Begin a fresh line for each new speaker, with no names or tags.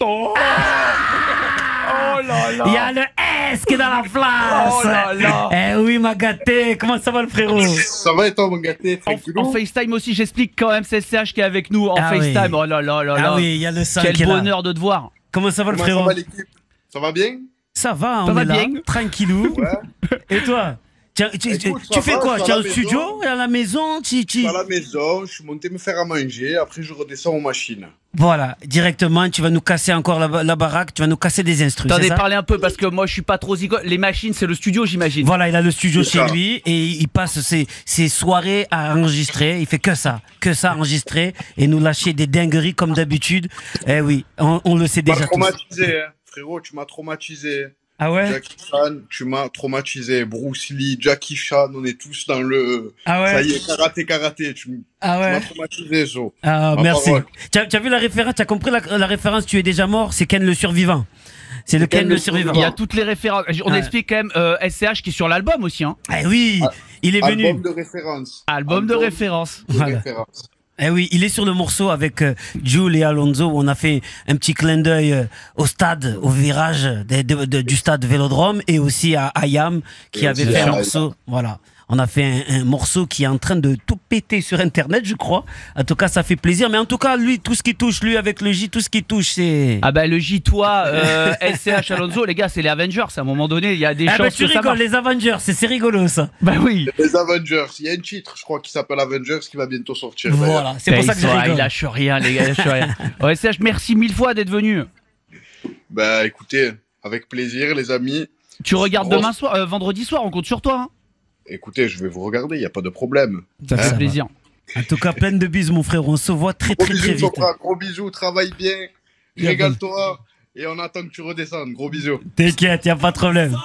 Oh, Oh là là
Il y a le S qui est dans la place
Oh là là.
Eh oui, ma gâtée Comment ça va le
Oh
frérot
Ça va et toi, mon gâté
En, en FaceTime aussi, j'explique quand même, c'est Serge qui est avec nous en
Ah oui.
FaceTime. Oh là là là là.
Ah oui, il y a le sol
Quel
qui est là.
bonheur de te voir.
Comment ça va le
Comment ça
frérot
va l'équipe Ça va bien
Ça va, on
Ça va
est là,
bien
tranquillou.
Ouais.
Et toi Tu, tu- tu-
Écoute,
tu
ça
fais
va,
quoi
je
Tu
suis
es
à la
au
maison.
studio à la maison tu, tu-
Je suis à la maison, je suis monté me faire à manger, après je redescends aux machines.
Voilà, directement, tu vas nous casser encore la, la baraque, tu vas nous casser des instruments.
T'en as parlé un peu parce que moi je suis pas trop zigo. Les machines, c'est le studio, j'imagine.
Voilà, il a le studio
C'est
chez
ça.
lui et il passe ses, ses soirées à enregistrer. Il fait que ça, que ça enregistrer et nous lâcher des dingueries comme d'habitude. Eh oui, on, on le sait
Tu m'as
déjà. Tous.
traumatisé, hein. frérot, tu m'as traumatisé.
Ah ouais
Jackie Chan, tu m'as traumatisé. Bruce Lee, Jackie Chan, on est tous dans le.
Ah
Ça
ouais
y est, karaté, karaté. Tu, m-
Ah
tu
ouais
m'as traumatisé, Jo.
Ah,
Ma
merci.
parole.
Tu as, tu as vu la référence Tu as compris la, la référence Tu es déjà mort C'est Ken le survivant. C'est le Ken le survivant.
Il y a toutes les références. On
Ouais.
explique quand même euh, SCH qui est sur l'album aussi. Hein. Oh,
Eh oui, il est
Ah, Album
venu. Ah,
de référence.
Album de référence.
de
Voilà.
référence.
Eh oui, il est sur le morceau avec euh, Jules et Alonso. où On a fait un petit clin d'œil euh, au stade, au virage des- de- de- du stade Vélodrome et aussi à Ayam qui
Et
avait
aussi
fait
à
un
Ayam.
morceau. Voilà. On a fait un, un morceau qui est en train de tout péter sur Internet, je crois. En tout cas, ça fait plaisir. Mais en tout cas, lui, tout ce qui touche, lui, avec le J, tout ce qui touche, c'est...
Ah bah le J, toi, euh, SCH Alonso, les gars, c'est les Avengers. À un moment donné, il y a des
Ah bah
chances
tu
que ça
rigoles,
marche.
les Avengers, c'est c'est rigolo ça.
Bah oui.
Les Avengers. Il y a un titre, je crois, qui s'appelle Avengers qui va bientôt sortir. d'ailleurs.
Voilà, c'est pour
Bah,
ça que
ils
je
sont- ah,
rigole.
Il lâche rien, les gars, il lâche rien. Oh, Ouais, SCH, merci mille fois d'être venu.
Bah écoutez, avec plaisir, les amis.
Tu regardes
Oh.
Grosse-
demain soir, euh, vendredi soir, on compte sur toi. hein.
Écoutez, je vais vous regarder, il n'y a pas de problème.
Ça
Ça fait
va.
plaisir.
En tout cas, pleine de bises mon frère, on se voit très
Gros
très très
bisous,
vite.
Sopra, gros bisous, travaille bien,
Y a pas de-
régale-toi, et on attend que tu redescendes. Gros bisous.
T'inquiète, y a pas de problème.